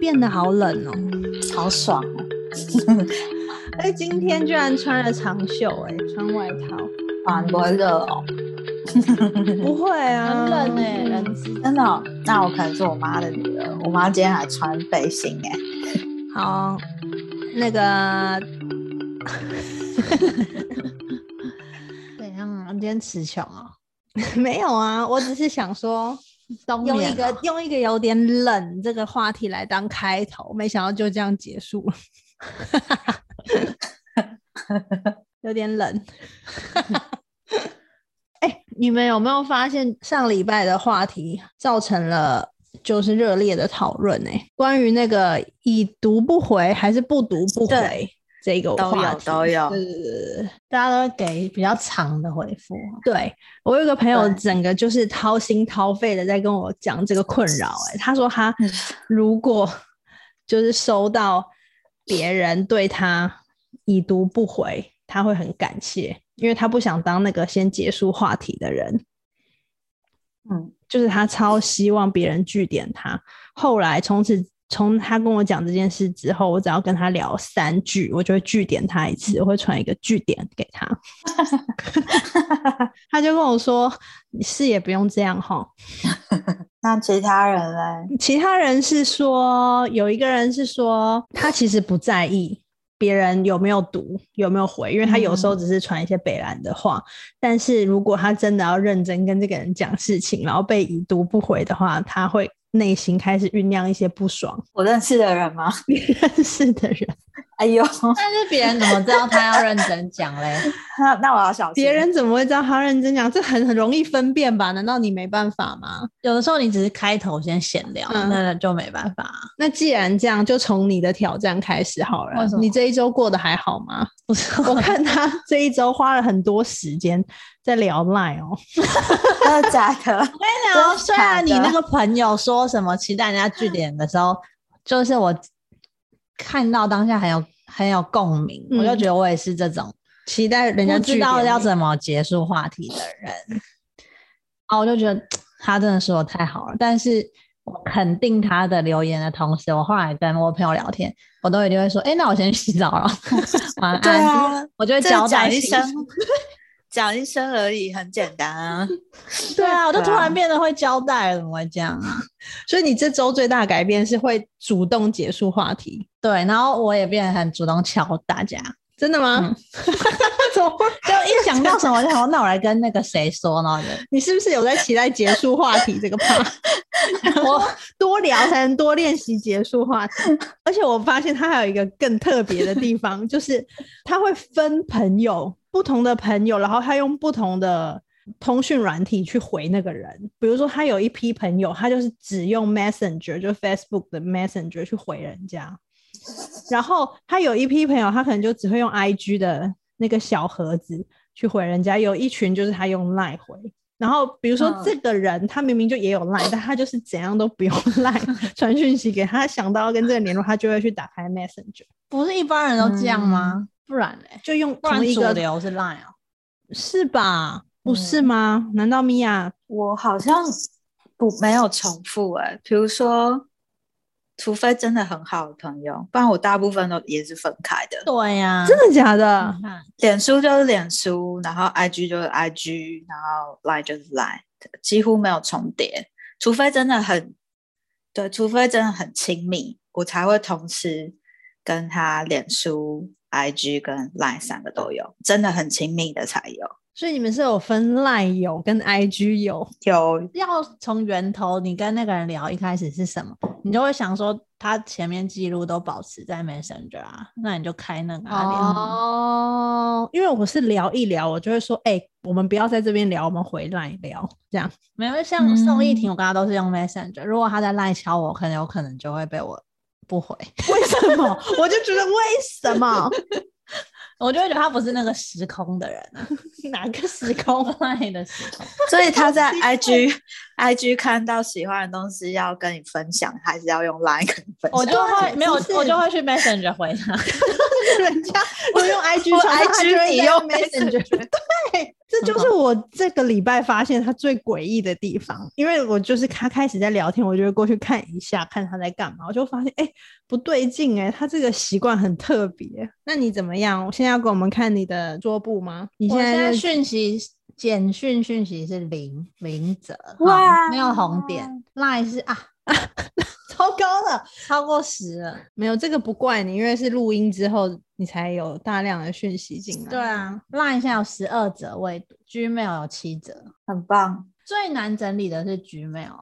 变得好冷哦、好爽哦！哎、今天居然穿了长袖、哎，穿外套，啊，你不会热哦？不会啊，很冷哎、冷死。真的哦、那我可能是我妈的女儿，我妈今天还穿背心哎、好，那个怎样啊？你今天词穷哦， 没有啊，我只是想说，冬用一眠个哦用一个有点冷这个话题来当开头，没想到就这样结束了，有点冷。哎、你们有没有发现上礼拜的话题造成了？就是热烈的讨论哎，关于那个已读不回还是不读不回对这个都啊话有题，都有对对对对对大家都会给比较长的回复哦。对我有一个朋友，对整个就是掏心掏肺的在跟我讲这个困扰、欸。他说他嗯如果就是收到别人对他已读不回，他会很感谢，因为他不想当那个先结束话题的人。嗯，就是他超希望别人据点他。后来从此从他跟我讲这件事之后，我只要跟他聊三句，我就会据点他一次，嗯我会传一个据点给他。他就跟我说：“你是也不用这样哈。那其他人嘞？”其他人是说，有一个人是说，他其实不在意别人有没有读，有没有回，因为他有嗯时候只是传一些北兰的话。但是如果他真的要认真跟这个人讲事情，然后被已读不回的话，他会内心开始酝酿一些不爽。 我认识的人吗？ 你认识的人，哎呦，但是别人怎么知道他要认真讲 嘞？那那我要小心。别人怎么会知道他认真讲？这很很容易分辨吧？难道你没办法吗？有的时候你只是开头先闲聊，嗯那就没办法啊。那既然这样，就从你的挑战开始好了为什。么你这一周过得还好吗？不是， 我看他这一周花了很多时间在聊赖哦。真的假的？ 对啊，真虽然你假的那个朋友说什么期待人家据点的时候，就是我看到当下很有很有共鸣，嗯我就觉得我也是这种期待人人家家知道要么怎么结束话题的嗯人。啊，我就觉得他真的说的太好了，但是我肯定他的留言的同时，我后来跟我朋友聊天，我都一定会说，哎、那我先去洗澡了， 晚对安。啊，我就会这交代讲一清楚声，讲一声而已，很简单啊。对啊，我就突对啊然变得会交代了，怎么会这样啊？所以你这周最大的改变是会主动结束话题，对，然后我也变得很主动敲大家，真的吗？嗯怎么会？就一想到什么就想说，那我来跟那个谁说呢？你是不是有在期待结束话题这个 part？我多聊才能多练习结束话题。而且我发现他还有一个更特别的地方， 就是他会分朋友，不同的朋友，然后他用不同的通讯软体去回那个人。比如说，他有一批朋友，他就是只用 Messenger，就 Facebook 的 Messenger 去回人家。然后他有一批朋友，他可能就只会用 IG 的那个小盒子去回人家，有一群就是他用 Line 回。然后比如说嗯这个人，他明明就也有 Line，但他就是怎样都不 用 Line 传讯息给他，想到要跟这个联络，他就会去打开 Messenger，不是一般人都这样吗？嗯不然嘞，就用嗯不然同一主个流是 Line 哦。是吧？不是嗯吗？难道米娅我好像不没有重复哎、比如说，除非真的很好的朋友，不然我大部分都也是分开的。对呀、真的假的？你看脸书就是脸书，然后 IG 就是 IG，然后 Line 就是 Line，几乎没有重叠。除非真的很对，除非真的很亲密，我才会同时跟他脸书、IG 跟 Line 三个都有，真的很亲密的才有。所以你们是有分 Line 友跟 IG 友，有要从源头，你跟那个人聊一开始是什么，你就会想说他前面记录都保持在 Messenger 啊，那你就开那个啊。聊哦，因为我是聊一聊，我就会说，哎、我们不要在这边聊，我们回来聊，这样 没有像宋逸婷，我跟他都是用 Messenger，、如果他在 Line 敲我，可能有可能就会被我不回，为什么？我就觉得为什么我就会觉得他不是那个时空的人、啊， 哪个时 空？ Line 的时空。所以 他在 IG IG 看到喜欢的东西要跟你分享，还是要用 Line 跟你分享？哦我就会没有，不是我就会去 Messenger 回 他。 人家我用 IG 我传他 IG 就会你在用 Messenger， Messenger，对，这就是我这个礼拜发现他最诡异的地方，因为我就是他开始在聊天，我就会过去看一下，看他在干嘛，我就发现哎、不对劲哎、他这个习惯很特别。那你怎么样？我现在要给我们看你的桌布吗？你我现现在在就讯息简讯讯息是零零折，哇哇，没有红点，line 是 啊，超高了，超过十了，没有这个不怪你，因为是录音之后你才有大量的讯息进来。对啊，line 现在有十二折未读，Gmail 有七折，很棒。最难整理的是 Gmail，Gmail、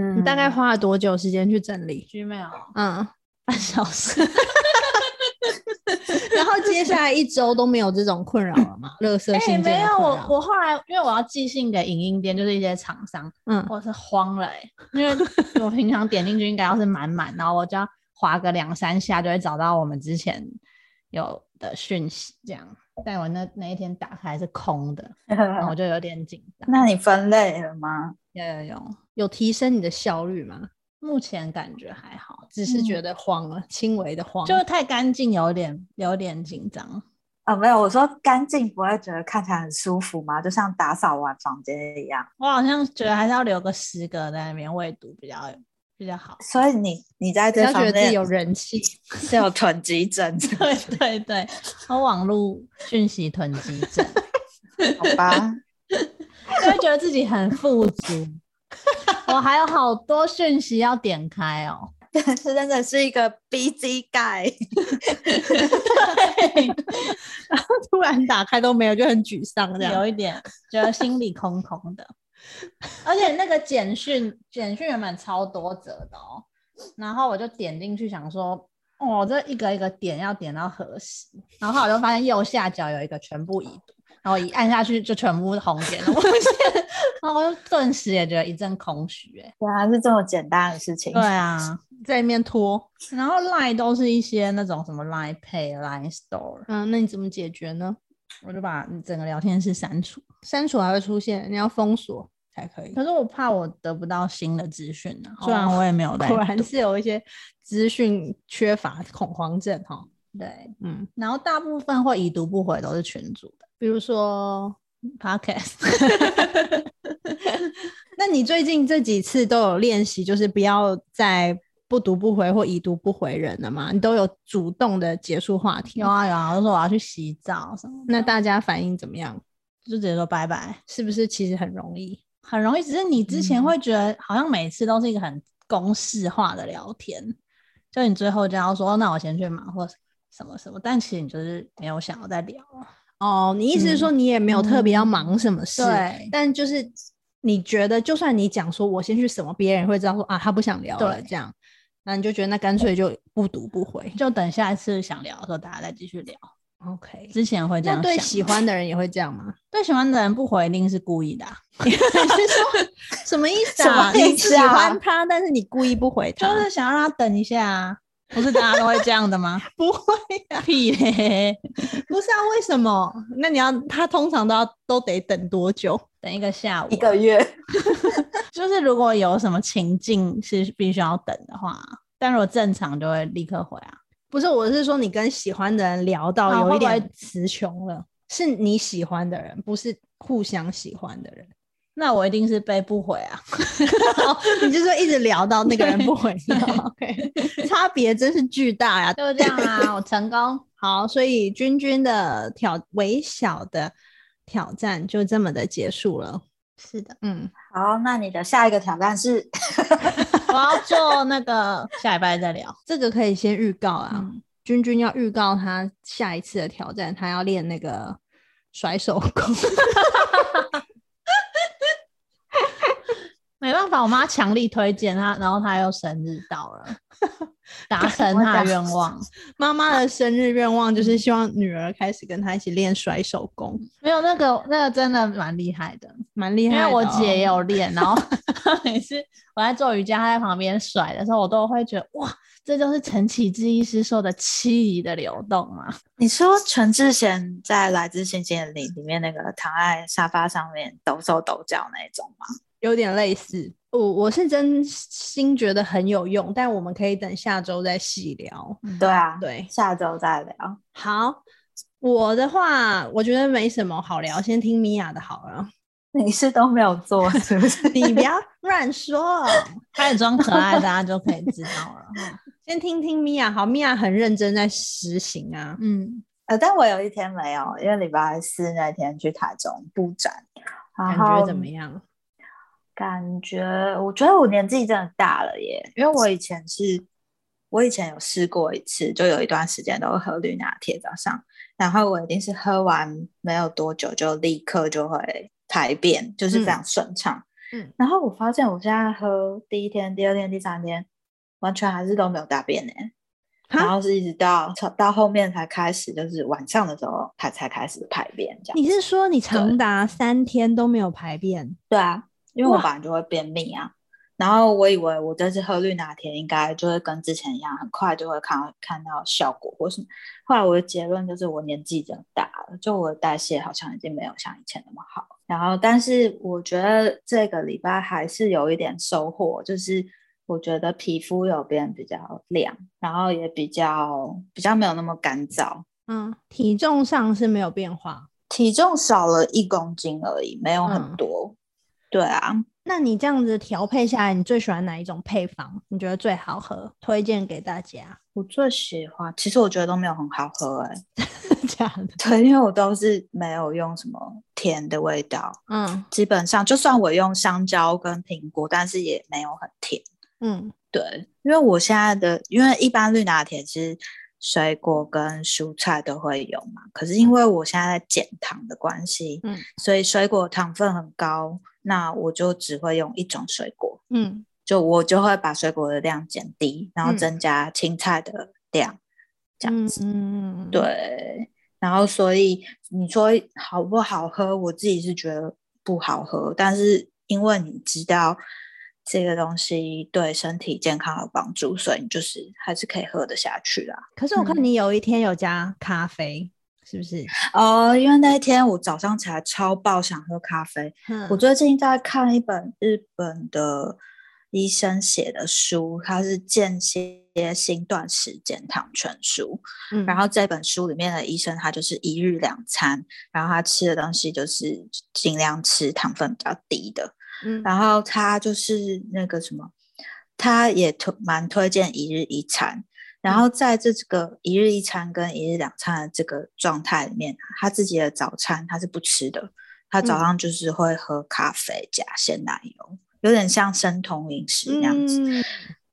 嗯，你大概花了多久时间去整理？ Gmail 嗯，半小时， 然后接下来一周都没有这种困扰了嘛？垃圾哎、信件的没有困我扰，我后来因为我要寄信给影音店，就是一些厂商，嗯，我是慌了、欸，因为我平常点进去应该要是满满，然后我就要划个两三下就会找到我们之前有的讯息，这样。但我那那一天打开是空的，然后我就有点紧 张。那你分类了吗？有有有，有提升你的效率吗？目前感觉还好，只是觉嗯得慌了，轻微的慌，就是太干净，有点有点紧张。啊、没有，我说干净不会觉得看起来很舒服吗？就像打扫完房间一样。我好像觉得还是要留个十个在那边未读比较比较好。 所以你你在不这要方觉得自己有面人气。是有囤积症，对对对，我网络讯息囤积症， 好吧？就会觉得自己很富足。我还有好多讯息要点开哦。 但是真的是一个 busy guy。 突然打开都没有，就很沮丧这样。有一点觉得心里空空的。而且那个简讯，简讯原本超多折的哦，然后我就点进去想说，哦，这一个一个点要点到何时？然后我就发现右下角有一个全部已读，然后一按下去就全部红点了，我 现然后我就顿时也觉得一阵空虚、欸，原来啊是这么简单的事情。对啊，在里面拖，然后 Line 都是一些那种什么 Line Pay、Line Store，嗯，那你怎么解决呢？我就把整个聊天室删除。删除还会出现，你要封锁才可以。可是我怕我得不到新的资讯呢，虽然我也没有 在果然是有一些资讯缺乏恐慌症哈，对，嗯，然后大部分会已读不回都是群主的比如说， podcast， 那你最近这几次都有练习，就是不要再不读不回或已读不回人了吗？你都有主动的结束话题有吗，啊有啊，我就说我要去洗澡什么的，那大家反应怎么样？就直接说拜拜，是不是其实很容易？很容易。只是你之前嗯会觉得好像每次都是一个很公式化的聊天，就你最后就要说哦那我先去忙或什么什么，但其实你就是没有想要再聊了。哦，你意思是说你也没有特别要忙什么事，对但就是你觉得，就算你讲说我先去什么，别人也会知道说啊，他不想聊了对这样，那你就觉得那干脆就不读不回。就等下一次想聊的时候，大家再继续聊。 OK，之前会这样那对想，喜欢的人也会这样吗？ 对喜欢的人不回，一定是故意的啊、 什么意思什啊？么你意喜思啊欢他，但是你故意不回他，就是想要让他等一下、啊。不是大家都会这样的吗？ 不会啊？屁嘞！不是啊？为什么？那你要他通常都要都得等多久？等一个下午，一个月，就是如果有什么情境是必须要等的话，但如果正常就会立刻回啊。不是，我是说你跟喜欢的人聊到啊有会一不会点词穷了，是你喜欢的人，不是互相喜欢的人。 那我一定是被不回啊。你就说一直聊到那个人对不回 你差别真是巨大呀、就这样啊，我成功。好，所以君君的挑微小的挑战就这么的结束了。是的，嗯，好，那你的下一个挑战是我要做那个，下礼拜再聊。这个可以先预告啊。嗯君君要预告他下一次的挑战，他要练那个甩手功。 没办法，我妈强力推荐她，然后她又生日到了，达成我她打的愿望。妈妈的生日愿望就是希望女儿开始跟她一起练甩手功，没有那个，那个真的蛮厉害的。蛮厉害因的为哦、我姐也有练，然后她每次我在做瑜伽，她在旁边甩的时候，我都会觉得哇，这就是陈启志医师说的气的流动啊嘛。你说陈志贤在《来自星星里》里面那个躺在沙发上面抖手抖脚那一种吗？ 有点类似。我我是真心觉得很有用，但我们可以等下周再细聊。对啊，对，下周再聊。 好，我的话，我觉得没什么好聊，先听米娅的好了。你是都没有做，是不是？你不要乱 说，开始装可爱，大家就可以知道了。先听听米娅好，米娅很认真在实行啊。嗯，呃，但我有一天没有，因为礼拜四那天去台中布展，感然觉后怎么样？感觉，我觉得我年纪真的大了耶，因为我以前是，我以前有试过一次，就有一段时间都喝绿拿铁早上，然后我一定是喝完没有多久就立刻就会排便，就是非常顺畅。嗯然后我发现我现在喝第一天、第二天、第三天，完全还是都没有大便呢、然哈后是一直到到后面才开始，就是晚上的时候才才开始排便这样。你是说你长达三天都没有排便？对啊，因为我哇本来就会便秘啊。然后我以为我这次喝绿拿铁应该就会跟之前一样，很快就会看到看到效果或什么。后来我的结论就是我年纪真的大了，就我的代谢好像已经没有像以前那么好。然后，但是我觉得这个礼拜还是有一点收获，就是我觉得皮肤有变比较亮，然后也比较比较没有那么干燥，嗯，体重上是没有变化。体重少了一公斤而已，没有嗯很多。对啊，那你这样子调配下来，你最喜欢哪一种配方？你觉得最好喝？推荐给大家。 我最喜欢，其实我觉得都没有很好喝哎、假的？ 对，因为我都是没有用什么甜的味道，嗯基本上就算我用香蕉跟苹果，但是也没有很甜。嗯对，因为我现在的，因为一般绿拿铁是水果跟蔬菜都会有嘛，可是因为我现在在减糖的关系，嗯所以水果糖分很高，那我就只会用一种水果。嗯就我就会把水果的量减低，然后嗯增加青菜的量，这样子。嗯嗯，对，然后所以你说好不好喝，我自己是觉得不好喝，但是因为你知道这个东西对身体健康有帮助，所以你就是还是可以喝得下去啦。可是我看嗯你有一天有加咖啡，是不是？哦，因为那一天我早上起来超爆想喝咖啡，我嗯最近在看一本日本的医生写的书，它是《间歇心断食减糖全书》。嗯然后这本书里面的医生，他就是一日两餐，然后他吃的东西就是尽量吃糖分比较低的。嗯然后他就是那个什么，他也推蛮推荐一日一餐。然后在这个一日一餐跟一日两餐的这个状态里面，啊他自己的早餐他是不吃的，他早嗯上就是会喝咖啡加鲜奶油，有点像生酮饮食那样子。嗯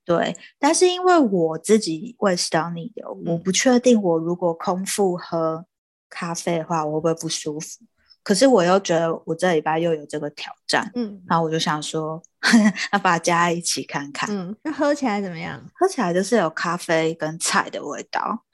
对，但是因为我自己胃食道逆流，我嗯不确定我如果空腹喝咖啡的话，我会不会不舒服。可是我又觉得我这礼拜又有这个挑战，嗯然后我就想说， 那把它加在一起看看，嗯，那喝起来怎么样？喝起来就是有咖啡跟菜的味道。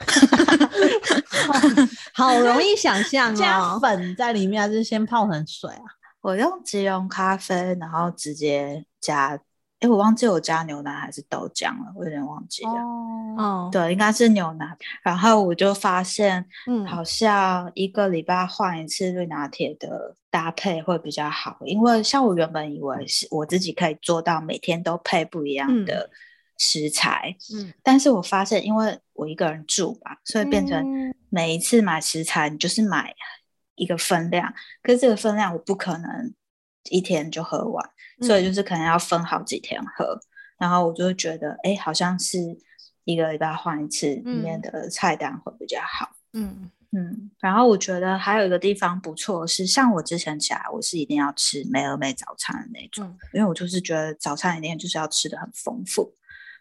好容易想 象加哦。粉在里面还是先泡成水啊？我用即溶咖啡，然后直接加，哎，我忘记我加牛奶还是豆浆了，我有点忘记了。哦，哦，对，应该是牛奶。然后我就发现，嗯好像一个礼拜换一次绿拿铁的搭配会比较好，因为像我原本以为是我自己可以做到每天都配不一样嗯的食材，嗯但是我发现，因为我一个人住嘛，所以变成嗯每一次买食材，你就是买一个分量，可是这个分量我不可能一天就喝完，所嗯以就是可能要分好几天喝。然后我就会觉得，哎，好像是一个礼拜换一次，里嗯面的菜单会比较好。嗯嗯，然后我觉得还有一个地方不错是，像我之前起来，我是一定要吃美而美早餐的那种，嗯因为我就是觉得早餐一定就是要吃的很丰富。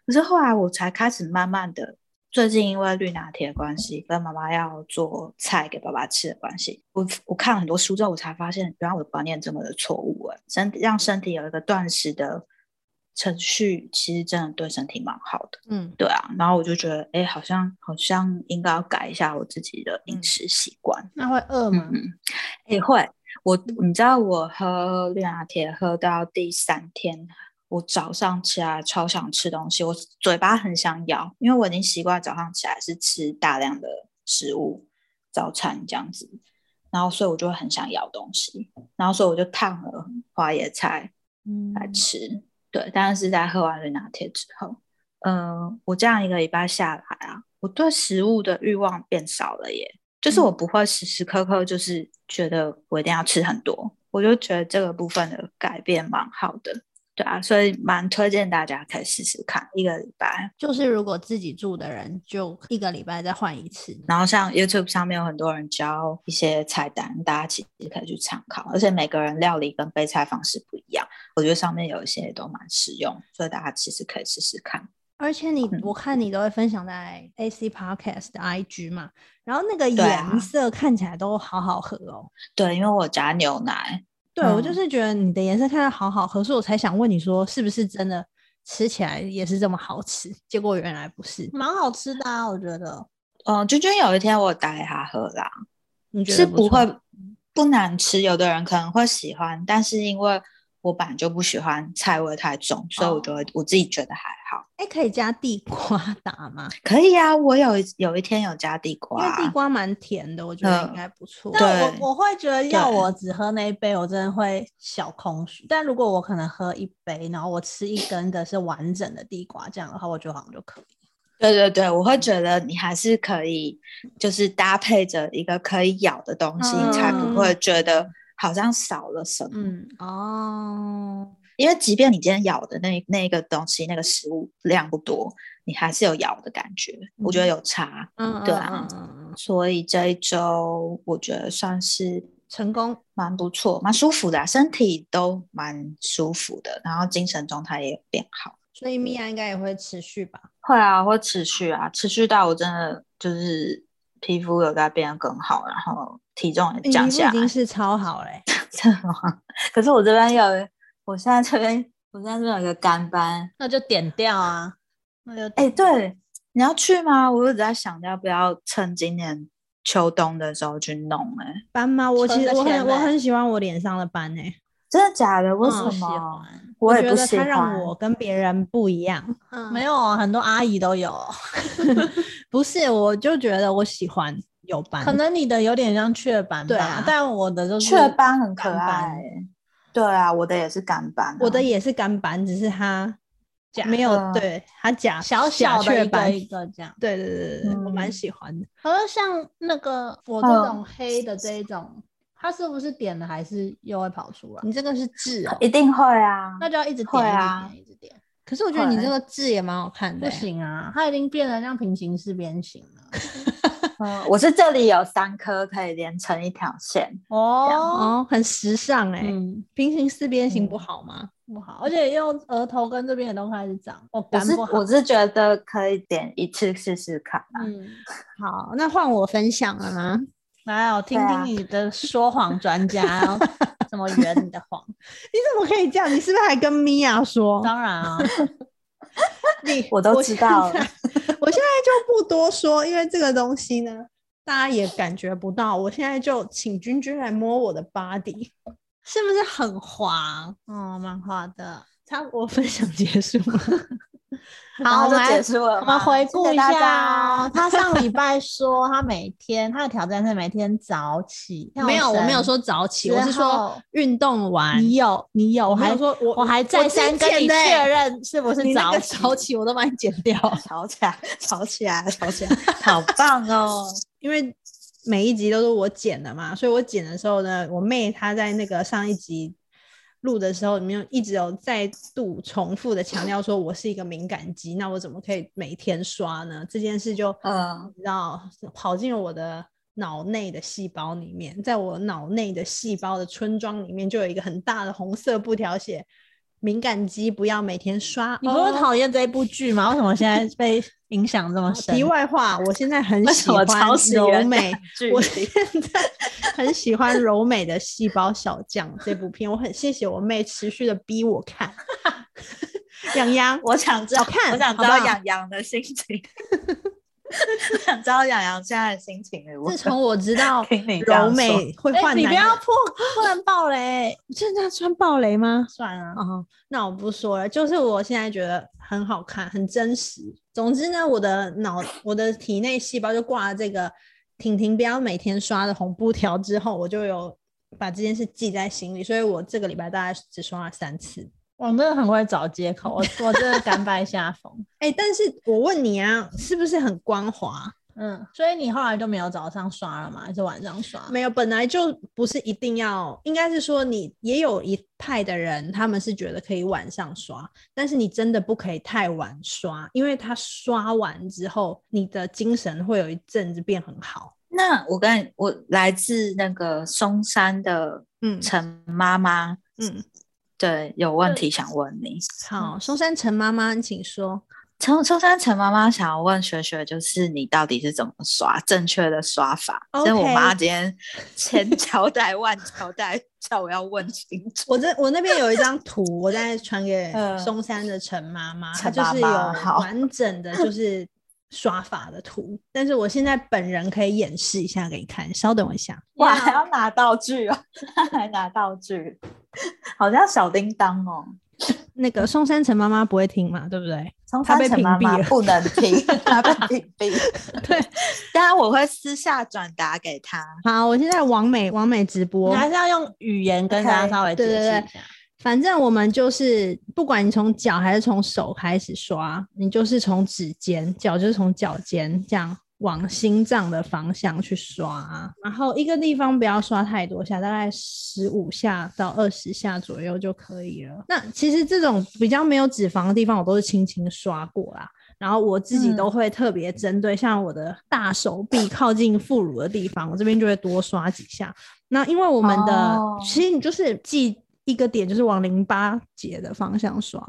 可是后来我才开始慢慢的，最近因为绿拿铁的关系，跟妈妈要做菜给爸爸吃的关系，我我看了很多书之后，我才发现原来我的观念这么的错误哎，身让身体有一个断食的程序，其实真的对身体蛮好的。嗯对啊，然后我就觉得，哎，好像好像应该要改一下我自己的饮嗯食习惯。那会饿吗？嗯，也会。我你知道，我喝绿拿铁喝到第三天，我早上起来超想吃东西，我嘴巴很想咬，因为我已经习惯早上起来是吃大量的食物，早餐这样子，然后所以我就会很想咬东西，然后所以我就烫了花椰菜，嗯来吃。对，但是在喝完绿拿铁之后，嗯、我这样一个礼拜下来啊，我对食物的欲望变少了耶。就是我不会时时刻刻就是觉得我一定要吃很多，我就觉得这个部分的改变蛮好的，对啊，所以蛮推荐大家可以试试看一个礼拜。就是如果自己住的人，就一个礼拜再换一次。然后像 YouTube 上面有很多人教一些菜单，大家其实可以去参考，而且每个人料理跟备菜方式不一样，我觉得上面有一些都蛮实用，所以大家其实可以试试看。而且你，嗯我看你都会分享在 AC Podcast 的 IG 嘛，然后那个对啊颜色看起来都好好喝哦。对，因为我加牛奶，对,、我就嗯是觉得你的颜色看起来好好喝，所以我才想问你说是不是真的吃起来也是这么好吃？结果原来不是，蛮好吃的啊，我觉得。嗯，君君有一天我打给他喝啦，你觉得是不不错会不难吃，有的人可能会喜欢，但是因为我本来就不喜欢菜味太重，所以哦我觉得我自己觉得还好，哎、可以加地瓜打吗？可以啊。我有一有一天有加地因瓜为啊，地瓜蛮甜的，我觉得应嗯该不错。但对我我会觉得，要对我只喝那一杯，我真的会小空虚。但如果我可能喝一杯，然后我吃一根的是完整的地瓜，这样的话，我觉得好像就可以。对对对，我会觉得你还是可以，就是搭配着一个可以咬的东西，你才嗯不会觉得好像少了什么。嗯，哦，因为即便你今天咬的那那个东西，那个食物量不多，你还是有咬的感觉，我觉得有差。嗯，对嗯啊嗯嗯嗯，所以这一周我觉得算是成功。蛮不错，蛮舒服的啊、身体都蛮舒服的，然后精神状态也有变好。所以米娅应该也会持续吧？会啊，会持续啊，持续到我真的就是皮肤有在变得更好，然后体重也你皮降肤下已经来。是超好欸 嘞、真的吗？ 可是我这边有，我现在这边，我现在这边有一个干斑。那就点掉啊，那就哎、对，你要去吗？我一直在想要不要趁今年秋冬的时候去弄、欸。哎，斑吗？我存其实个我钱很我呗很喜欢我脸上的斑诶、真的假的？为嗯什我喜么？欢。我也觉不得喜它欢。让我跟别人不一样。嗯没没有，有啊，很多阿姨都有，不是，我就觉得我喜欢有斑。可能你的有点像雀斑对吧，啊但我的就是雀斑很可干斑爱、欸。对啊，我的也是干啊斑、我的也是干斑，只是它假没有、嗯对它假小假小雀的一个斑。一个这样。对对对对对，我蛮嗯喜欢的。好像像那个我这种黑的这一种，它是不是点了还是又会跑出来？你这个是痣哦、一定会啊。那就要一直会点，啊一直点，一直点。可是我觉得你这会个痣也蛮好看的、不欸。，行啊，它已经变得像平行四边形了。嗯，我是这里有三颗可以连成一条线，哦，哦，很时尚哎、嗯，平行四边形不嗯好吗？不好，而且又额头跟这边也都开始长，我我肝是不好我。是觉得可以点一次试试看、啊。嗯，好，那换我分享了吗？来，我听对啊听你的说谎专家然后怎么圆你的谎。你怎么可以这样？你是不是还跟米娅说？当然啊， 你我都知道了现在 我现在就不多说，因为这个东西呢，大家也感觉不到。我现在就请君君来摸我的 body，是不是很滑？嗯，蛮滑的。他我分享结束了。然好，后我就们来结束了我吗。们回谢顾谢一大下家哦，他上礼拜说他每天他的挑战是每天早起，没有，我没有跳绳说早起，之我是说后运动完。你有你有，我我还还说我我还再之三跟前你的欸确认是不你是那早个起。早起我都把你剪掉，吵起来，吵起来，吵起来，好棒哦！因为每一集都是我剪的嘛，所以我剪的时候呢，我妹她在那个上一集录的时候，里面一直有再度重复的强调说我是一个敏感肌，那我怎么可以每天刷呢？这件事就嗯你知道跑进了我的脑内的细胞里面，在我脑内的细胞的村庄里面，就有一个很大的红色布条写。敏感肌不要每天刷，你不是哦讨厌这一部剧吗？为什么现在被影响这么深？呃题外话，我现在很哦为喜什么欢抄袭柔人家美，距我离现在很喜欢柔美的《细胞小将》这部片，我很谢谢我妹持续的逼我看。 洋洋， 我想知道，好看我想知好道不好养羊的心情， 我想知道养羊现在的心情如何。自从我知道听你这样柔说美会哎、换你男不人，要破，不能爆雷。正在穿暴雷吗？算啊了，哦，那我不说了。就是我现在觉得很好看，很真实。总之呢，我的脑，我的体内细胞就挂了这个婷婷不要每天刷的红布条之后，我就有把这件事记在心里，所以我这个礼拜大概只刷了三次。我真的很会找借 口，我我真的甘拜下风。哎、但是我问你啊，是不是很光滑？嗯，所以你后来就没有早上刷了嘛，还是晚上刷？没有，本来就不是一定要，应该是说你也有一派的人，他们是觉得可以晚上刷，但是你真的不可以太晚刷，因为他刷完之后，你的精神会有一阵子变很好。那我跟你我来自那个松山的嗯陈妈妈，嗯，对，有问题想问你。好，松山陈妈妈，你请说。从中山陈妈妈想要问雪雪，就是你到底是怎么刷正确的刷法？所以我 OK 妈今天千 交代万交代，叫我要问清楚。我这我那边有一张图，我再传给 嗯松山的陈妈妈，她陈就妈是有妈好完整的 就是刷法的图，但是我现在本人可以演示一下给你看，稍等我一下。哇，还要拿道具哦，还拿道具，好像小叮当哦。那个松山陈妈妈不会听嘛，对不对？从她被陈妈屏蔽妈了不能听，她被屏蔽。对，当然我会私下转达给她。好，我现在王美王美直播你，还是要用语言跟大家 OK，稍微解对对释对一下。反正我们就是不管你从脚还是从手开始刷，你就是从指尖，脚就是从脚尖这样往心脏的方向去刷，然后一个地方不要刷太多下，大概十五下到二十下左右就可以了。那其实这种比较没有脂肪的地方，我都是轻轻刷过啦。然后我自己嗯都会特别针对像我的大手臂靠近副乳的地方，我这边就会多刷几下。那因为我们的、哦其实你就是记一个点，就是往淋巴结的方向刷。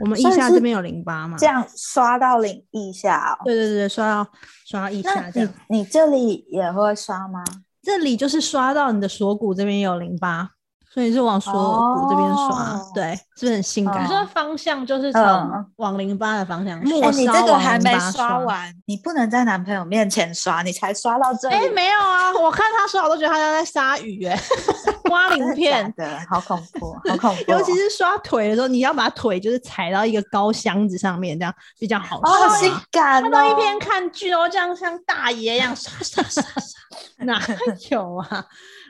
我们腋算下是这边有淋巴嘛？这。样刷到领腋下哦。对对对，刷到刷到腋那下这你样，你这里也会刷吗？这里就是刷到你的锁骨这边也有淋巴，所以是往锁骨这边刷，哦对，是不是很性哦感？你说方向就是从嗯往淋巴的方向木去。哎、我你烧这个完还淋没巴刷刷完，你不能在男朋友面前刷，你才刷到这里，哎、没有啊，我看他刷，我都觉得他像在杀鱼、 哎，刮真鳞的片。假的，好恐怖，好恐怖哦，尤其是刷腿的时候，你要把腿就是踩到一个高箱子上面，这样比较好哦，刷。好性感、哦，他都一边看剧哦，这样像大爷一样刷刷刷刷，哪有 啊，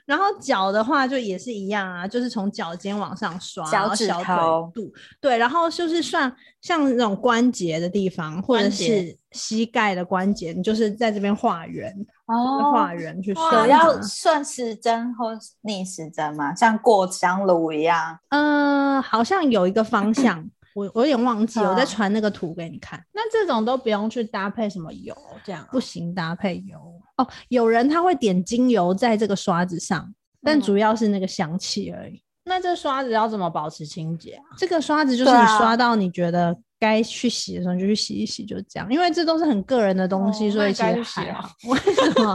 然后脚的话就也是一样啊，就是从脚尖往上刷，脚然后趾小腿头肚，对，然后就是算像那种关节的地方，或者关节是膝盖的关节，你就是在这边画圆，哦画。圆去哇刷有它。要顺时针或逆时针吗？像过香炉一样，嗯，好像有一个方向，我我有点忘记，我再嗯传那个图给你看。那这种都不用去搭配什么油，这样啊不行，搭配油哦。有人他会点精油在这个刷子上，但嗯主要是那个香气而已。那这刷子要怎么保持清洁啊？这个刷子就是对你啊刷到你觉得该去洗的时候，你就去洗一洗，就是这样。因为这都是很个人的东西，哦所那以你其该实去洗还了好。为什么？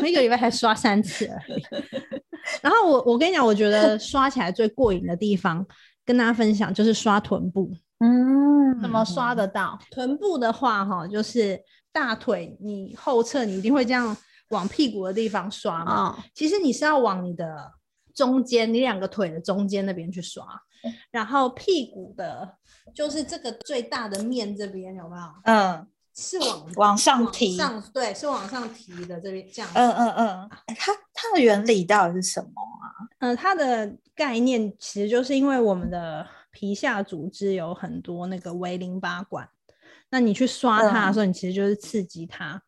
我一个礼拜才刷三次而已。 然后我我跟你讲，我觉得刷起来最过瘾的地方，跟大家分享就是刷臀部。嗯，怎么刷得到？臀部的话，哈，就是大腿你后侧你一定会这样往屁股的地方刷嘛。啊、其实你是要往你的中间，你两个腿的中间那边去刷，嗯然后屁股的，就是这个最大的面这边有没有？嗯，是往往上提，上对，是往上提的这边这样。嗯嗯嗯，哎它它的原理到底是什么啊？呃，它的概念其实就是因为我们的皮下组织有很多那个微淋巴管，那你去刷它的时候，你其实就是刺激它。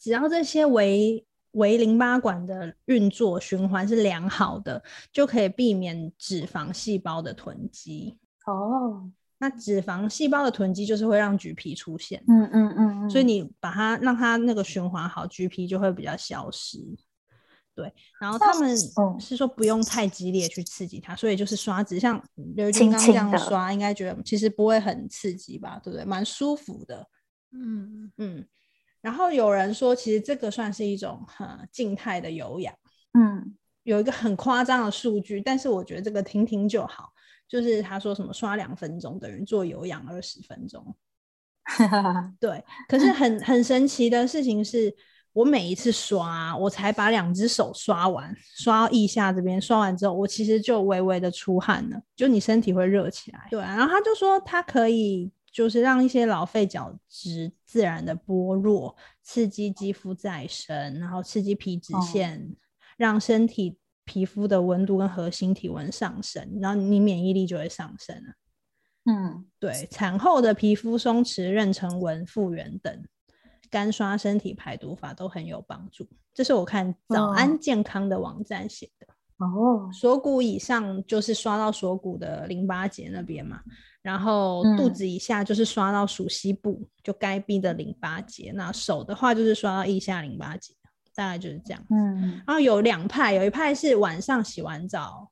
只要这些微微淋巴管的运作循环是良好的，就可以避免脂肪细胞的囤积。哦，那脂肪细胞的囤积就是会让橘皮出现，嗯嗯嗯嗯，所以你把它让它那个循环好，橘皮就会比较消失。对，然后他们嗯是说不用太激烈去刺激它，所以就是刷子，像刘军轻刚刚轻这样的刷，应该觉得其实不会很刺激吧，对不对？蛮舒服的，嗯，嗯。然后有人说，其实这个算是一种呃静态的有氧。嗯有一个很夸张的数据，但是我觉得这个听听就好。就是他说什么刷两分钟等于做有氧二十分钟，对。可是很很神奇的事情是，我每一次刷，我才把两只手刷完，刷到腋下这边，刷完之后，我其实就微微的出汗了，就你身体会热起来。对啊、然后他就说它可以就是让一些老废角质自然的剥落，刺激肌肤再生，然后刺激皮脂哦腺，让身体皮肤的温度跟核心体温上升，然后你免疫力就会上升了。嗯，对，产后的皮肤松弛、妊娠纹复原等，干刷身体排毒法都很有帮助。这是我看早安健康的网站写的。 哦，锁骨以上就是刷到锁骨的淋巴结那边嘛，然后肚子以下就是刷到属膝部，就该闭的淋巴结。那手的话就是刷到腋下淋巴结，大概就是这样。嗯，然后有两派，有一派是晚上洗完澡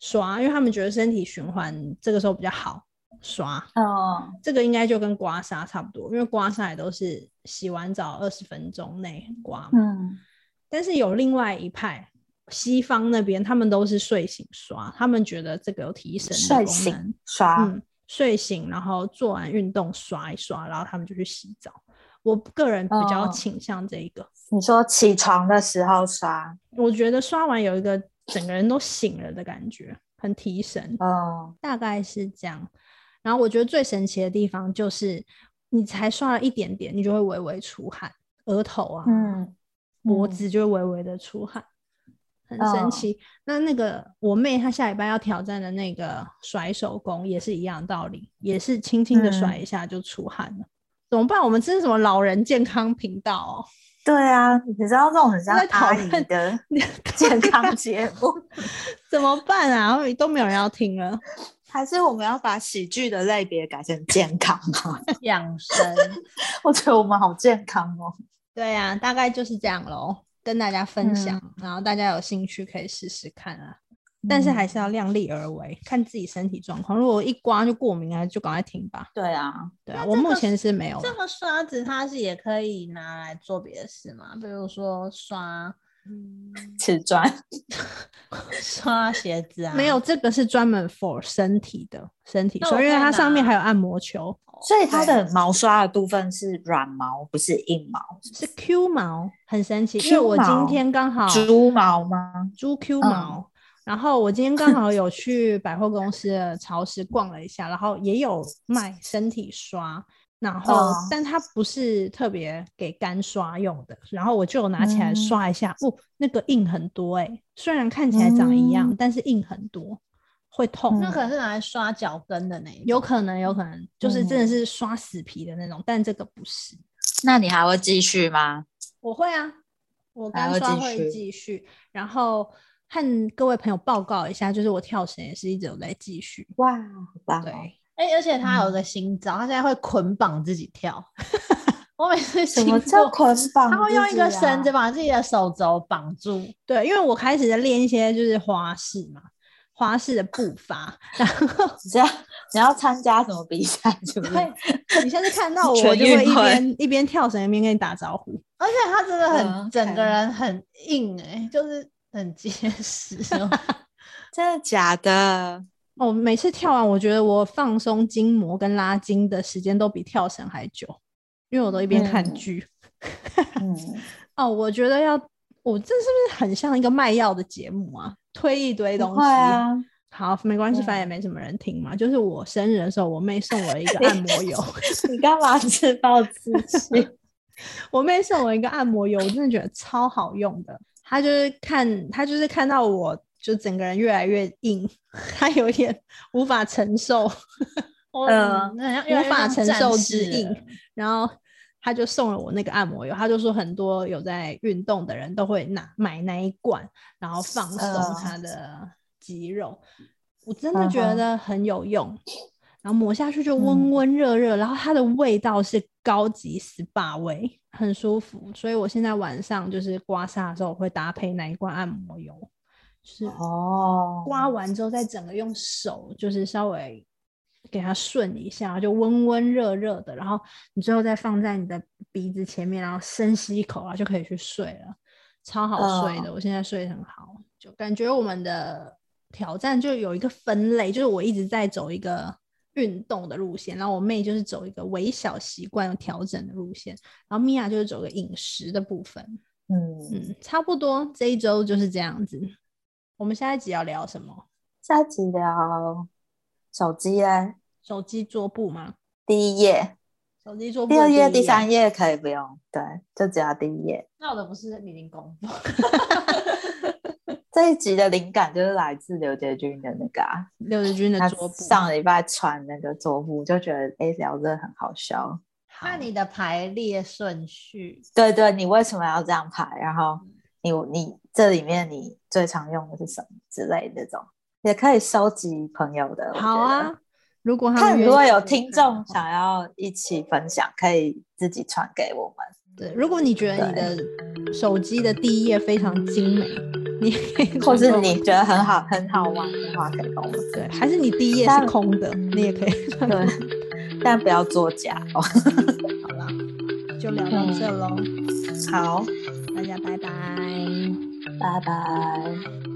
刷，因为他们觉得身体循环这个时候比较好刷。哦，这个应该就跟刮痧差不多，因为刮痧也都是洗完澡二十分钟内刮嘛。嗯，但是有另外一派，西方那边他们都是睡醒刷，他们觉得这个有提神的睡功能醒。刷，嗯，睡醒然后做完运动刷一刷，然后他们就去洗澡。我个人比较哦倾向这一个，你说起床的时候刷，我觉得刷完有一个整个人都醒了的感觉，很提神。哦，大概是这样。然后我觉得最神奇的地方就是，你才刷了一点点，你就会微微出汗，额头啊、嗯，脖嗯，子就会微微的出汗，很神哦奇。那那个我妹她下礼拜要挑战的那个甩手功也是一样的道理，也是轻轻的嗯甩一下就出汗了。怎么办？我们这是什么老人健康频道哦？对啊，你知道这种很像在讨阿姨论 的健康节目，怎么办啊？都没有人要听了。还是我们要把喜剧的类别改成健康 啊？养生。 我觉得我们好健康哦。对呀、大概就是这样喽，跟大家分享，嗯然后大家有兴趣可以试试看啊。但嗯是还是要量力而为，看自己身体状况。如果一刮就过敏啊，就赶快停吧。对啊，对啊，那我这目个前是没有这的。个刷子它是也可以拿来做别的事嘛，比如说刷瓷砖，刷鞋子啊，没有，这个是专门 for 身体的身体那刷，我啊因为可以它上面拿还有按摩球，所以它的毛刷的部分是软毛，不是硬毛，是 Q 毛，很神奇。因为 Q 我今毛天刚好猪毛吗？猪 Q 嗯毛。然后我今天刚好有去百货公司的超市逛了一下，然后也有卖身体刷，然后、哦但它不是特别给干刷用的，然后我就有拿起来嗯刷一下，哦，那个印很多哎、虽然看起来长一样，嗯但是印很多，会痛。那可能是拿来刷脚跟的那一种有可能，有可能就是真的嗯是刷死皮的那种，但这个不是。那你还会继续吗？我会啊，我还干会刷继会续继续，然后和各位朋友报告一下，就是我跳绳也是一直有在继续。哇，好棒对，哦！哎、而且他有一个新招，他现在会捆绑自己跳。 我每次什经么叫过，捆绑自己啊？他会用一个绳子把自己的手肘绑住，对，因为我开始在练一些就是花式嘛，花式的步伐。然后你这样，你要参加什么比赛？是不是？对，你下次看 到我，我全就会运一会边一边跳绳一边跟你打招呼。而且他真的很、嗯整个看人很硬哎、就是很结实哦。 真的假的？哦，每次跳完，我觉得我放松筋膜跟拉筋的时间都比跳绳还久，因为我都一边看嗯剧。嗯，哦，我觉得要，我这是不是很像一个卖药的节目啊？推一堆东不西。会啊，好，没关系，嗯反正也没什么人听嘛。就是我生日的时候，我妹送我一个按摩油，你干嘛自暴自弃？ 我妹送我一个按摩油，我真的觉得超好用的。她就是看，她就是看到我就整个人越来越硬，她有点无法承受，我嗯哦那像呃无法承受之硬。硬，然后她就送了我那个按摩油。她就说很多有在运动的人都会拿买那一罐，然后放松嗯她的肌肉。我真的嗯觉哼嗯得很有用。然后抹下去就温温热热，然后它的味道是高级 SPA 味，很舒服。所以我现在晚上就是刮痧的时候，我会搭配那一罐按摩油，就是哦，刮完之后再整个用手就是稍微给它顺一下，就温温热热的，然后你最后再放在你的鼻子前面，然后深吸一口啊，就可以去睡了，超好睡的。我现在睡得很好，就感觉我们的挑战就有一个分类，就是我一直在走一个。运动的路线，然后我妹就是走一个微小习惯调整的路线，然后米娅就是走个饮食的部分。嗯，嗯，差不多这一周就是这样子。我们下一集要聊什么？下一集聊手机嘞，手机桌布吗？第一页、手机桌布第的二一啊页、第三页可以不用，对，就只要第一页。那我的不是米林 功夫，这一集的灵感就是来自刘杰军的那个、啊，六字军的他桌布。上礼拜传那个桌布，就觉得哎、诶聊这个很好笑。看你的排列顺序，对对，你为什么要这样排？然后你你这里面你最常用的是什么之类的这种，也可以收集朋友的。我好觉得啊，如果他看们如果愿意有试试看听的众话想要一起分享，可以自己传给我们。对，如果你觉得你的手机的第一页非常精美， 你可以或是传给我你觉得很好很好玩的话，可以跟我们对，还是你第一页是但空的，你也可以传给我对， 但不要作假哦。好啦，就聊到这喽，好，大家拜拜。拜拜。